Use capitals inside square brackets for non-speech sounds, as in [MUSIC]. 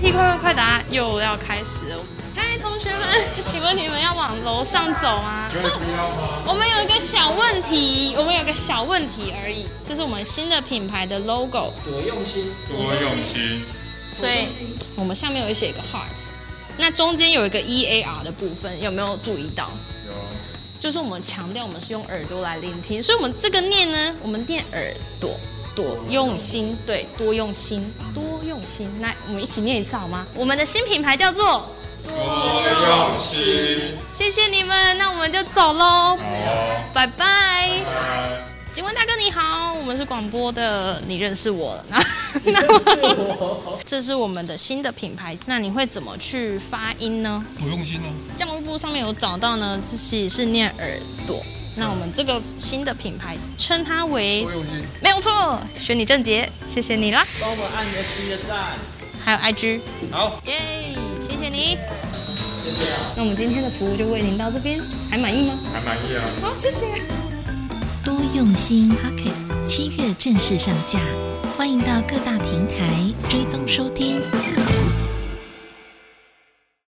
T 快问快答又要开始了。嗨，同学们， [LAUGHS] 请问你们要往楼上走吗？我们有一个小问题，我们有一个小问题而已，这是我们新的品牌的 logo，多用心，多用心，所以我们下面有写一个 heart，那中间有一个 E A R 的部分，有没有注意到？有就是我们强调我们是用耳朵来聆听，所以我们这个念呢，我们念耳朵，多用心，对，多用心，多用心。来，我们一起念一次好吗？我们的新品牌叫做，多用心，谢谢你们，那我们就走喽，好，哦拜拜。拜。请问大哥你好，我们是广播的，你认识我了？那 [LAUGHS] 那我这是我们的新的品牌，那你会怎么去发音呢？我用心呢、教育部上面有找到呢，自己是念耳朵。那我们这个新的品牌称它为我用心。没有错，选你正杰，谢谢你啦，帮我们按个新的赞，还有 IG，好，耶、谢谢你。就这样。那我们今天的服务就为您到这边，还满意吗？还满意啊。好，谢谢。多用心 Podcast 七月正式上架，欢迎到各大平台追踪收听。